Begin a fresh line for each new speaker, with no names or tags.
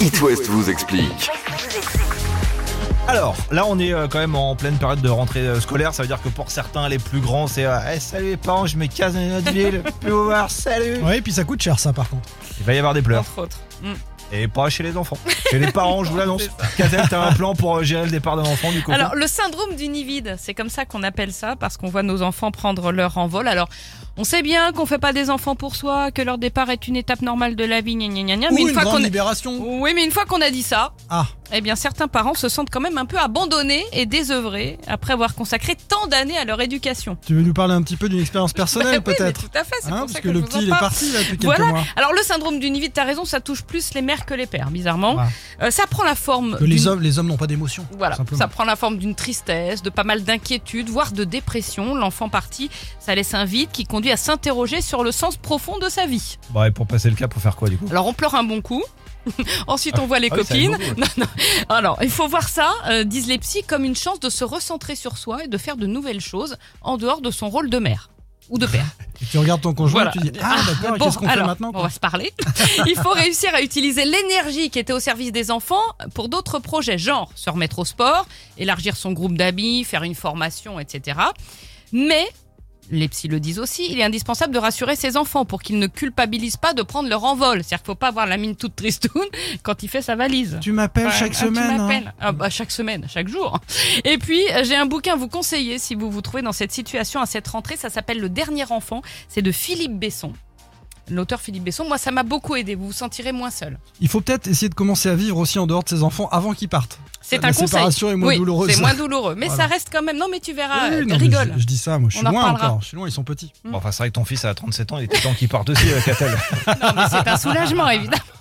It West vous explique.
Alors, là, on est euh, quand même en pleine période de rentrée euh, scolaire. Ça veut dire que pour certains, les plus grands, c'est euh, Eh, Salut les parents, je me casse dans notre ville. Plus vous voir, salut.
Ouais, et puis ça coûte cher ça par contre.
Il va y avoir des pleurs.
entre autres. Mm.
Et pas chez les enfants. Chez les parents, je vous l'annonce. Catel, t'as un plan pour euh, gérer le départ de l'enfant du coup.
Alors, le syndrome du nid vide, c'est comme ça qu'on appelle ça, parce qu'on voit nos enfants prendre leur envol. Alors, on sait bien qu'on fait pas des enfants pour soi, que leur départ est une étape normale de la vie, gna gna gna gna,
Ou
Ah, mais
une,
une fois
grande
qu'on a-
libération.
Oui, mais une fois qu'on a dit ça,
Ah,
eh bien, certains parents se sentent quand même un peu abandonnés et désœuvrés après avoir consacré tant d'années à leur éducation.
tu veux nous parler un petit peu d'une expérience personnelle
Bah oui, mais
peut-être
Tout à fait, c'est
Hein,
pour
Parce
ça
que
je
le
vous en
petit il est
parle.
parti là, depuis quelques
Voilà.
mois.
Alors, le syndrome du nid vide, t'as raison, ça touche plus les mères que les pères, bizarrement.
Ah.
Euh, ça prend la forme.
Que les
d'une-
hommes, les hommes n'ont pas d'émotion.
Voilà,
simplement.
ça prend la forme d'une tristesse, de pas mal d'inquiétudes, voire de dépression. L'enfant parti, ça laisse un vide qui conduit à s'interroger sur le sens profond de sa vie.
Bon, Bah, et pour passer le cap, pour faire quoi du coup
Alors on pleure un bon coup. Ensuite, on voit les
Ah oui, ça aide
copines.
beaucoup,
Non, non. Alors, il faut voir ça, euh, disent les psys, comme une chance de se recentrer sur soi et de faire de nouvelles choses en dehors de son rôle de mère ou de père.
Et tu regardes ton conjoint
Voilà.
et tu dis Ah, d'accord, et
Bon,
qu'est-ce qu'on fait
alors,
maintenant
On
quoi
va se parler. Il faut réussir à utiliser l'énergie qui était au service des enfants pour d'autres projets, genre se remettre au sport, élargir son groupe d'amis, faire une formation, etc. Mais, les psys le disent aussi, il est indispensable de rassurer ses enfants pour qu'ils ne culpabilisent pas de prendre leur envol. C'est-à-dire qu'il ne faut pas avoir la mine toute tristoune quand il fait sa valise.
Tu m'appelles
Enfin,
chaque
ah, tu
semaine. hein.
m'appelles. Ah, bah, chaque semaine, chaque jour. Et puis, euh, j'ai un bouquin à vous conseiller si vous vous trouvez dans cette situation à cette rentrée. Ça s'appelle Le Dernier Enfant. C'est de Philippe Besson. L'auteur Philippe Besson, moi, ça m'a beaucoup aidé. Vous vous sentirez moins seul.
Il faut peut-être essayer de commencer à vivre aussi en dehors de ses enfants avant qu'ils partent.
C'est
La
un conseil.
séparation est moins
Oui,
douloureuse.
C'est moins douloureux. Mais
Voilà.
ça reste quand même. Non, mais tu verras.
Oui,
euh,
oui, non, mais
rigole.
Je, je dis ça, moi je
On
suis
en
loin
reparlera.
encore. Je suis loin, ils sont petits.
Bon, enfin, c'est vrai que ton fils a 37 ans, il était temps qu'il parte aussi, euh, Catel.
Non, mais c'est un soulagement, évidemment.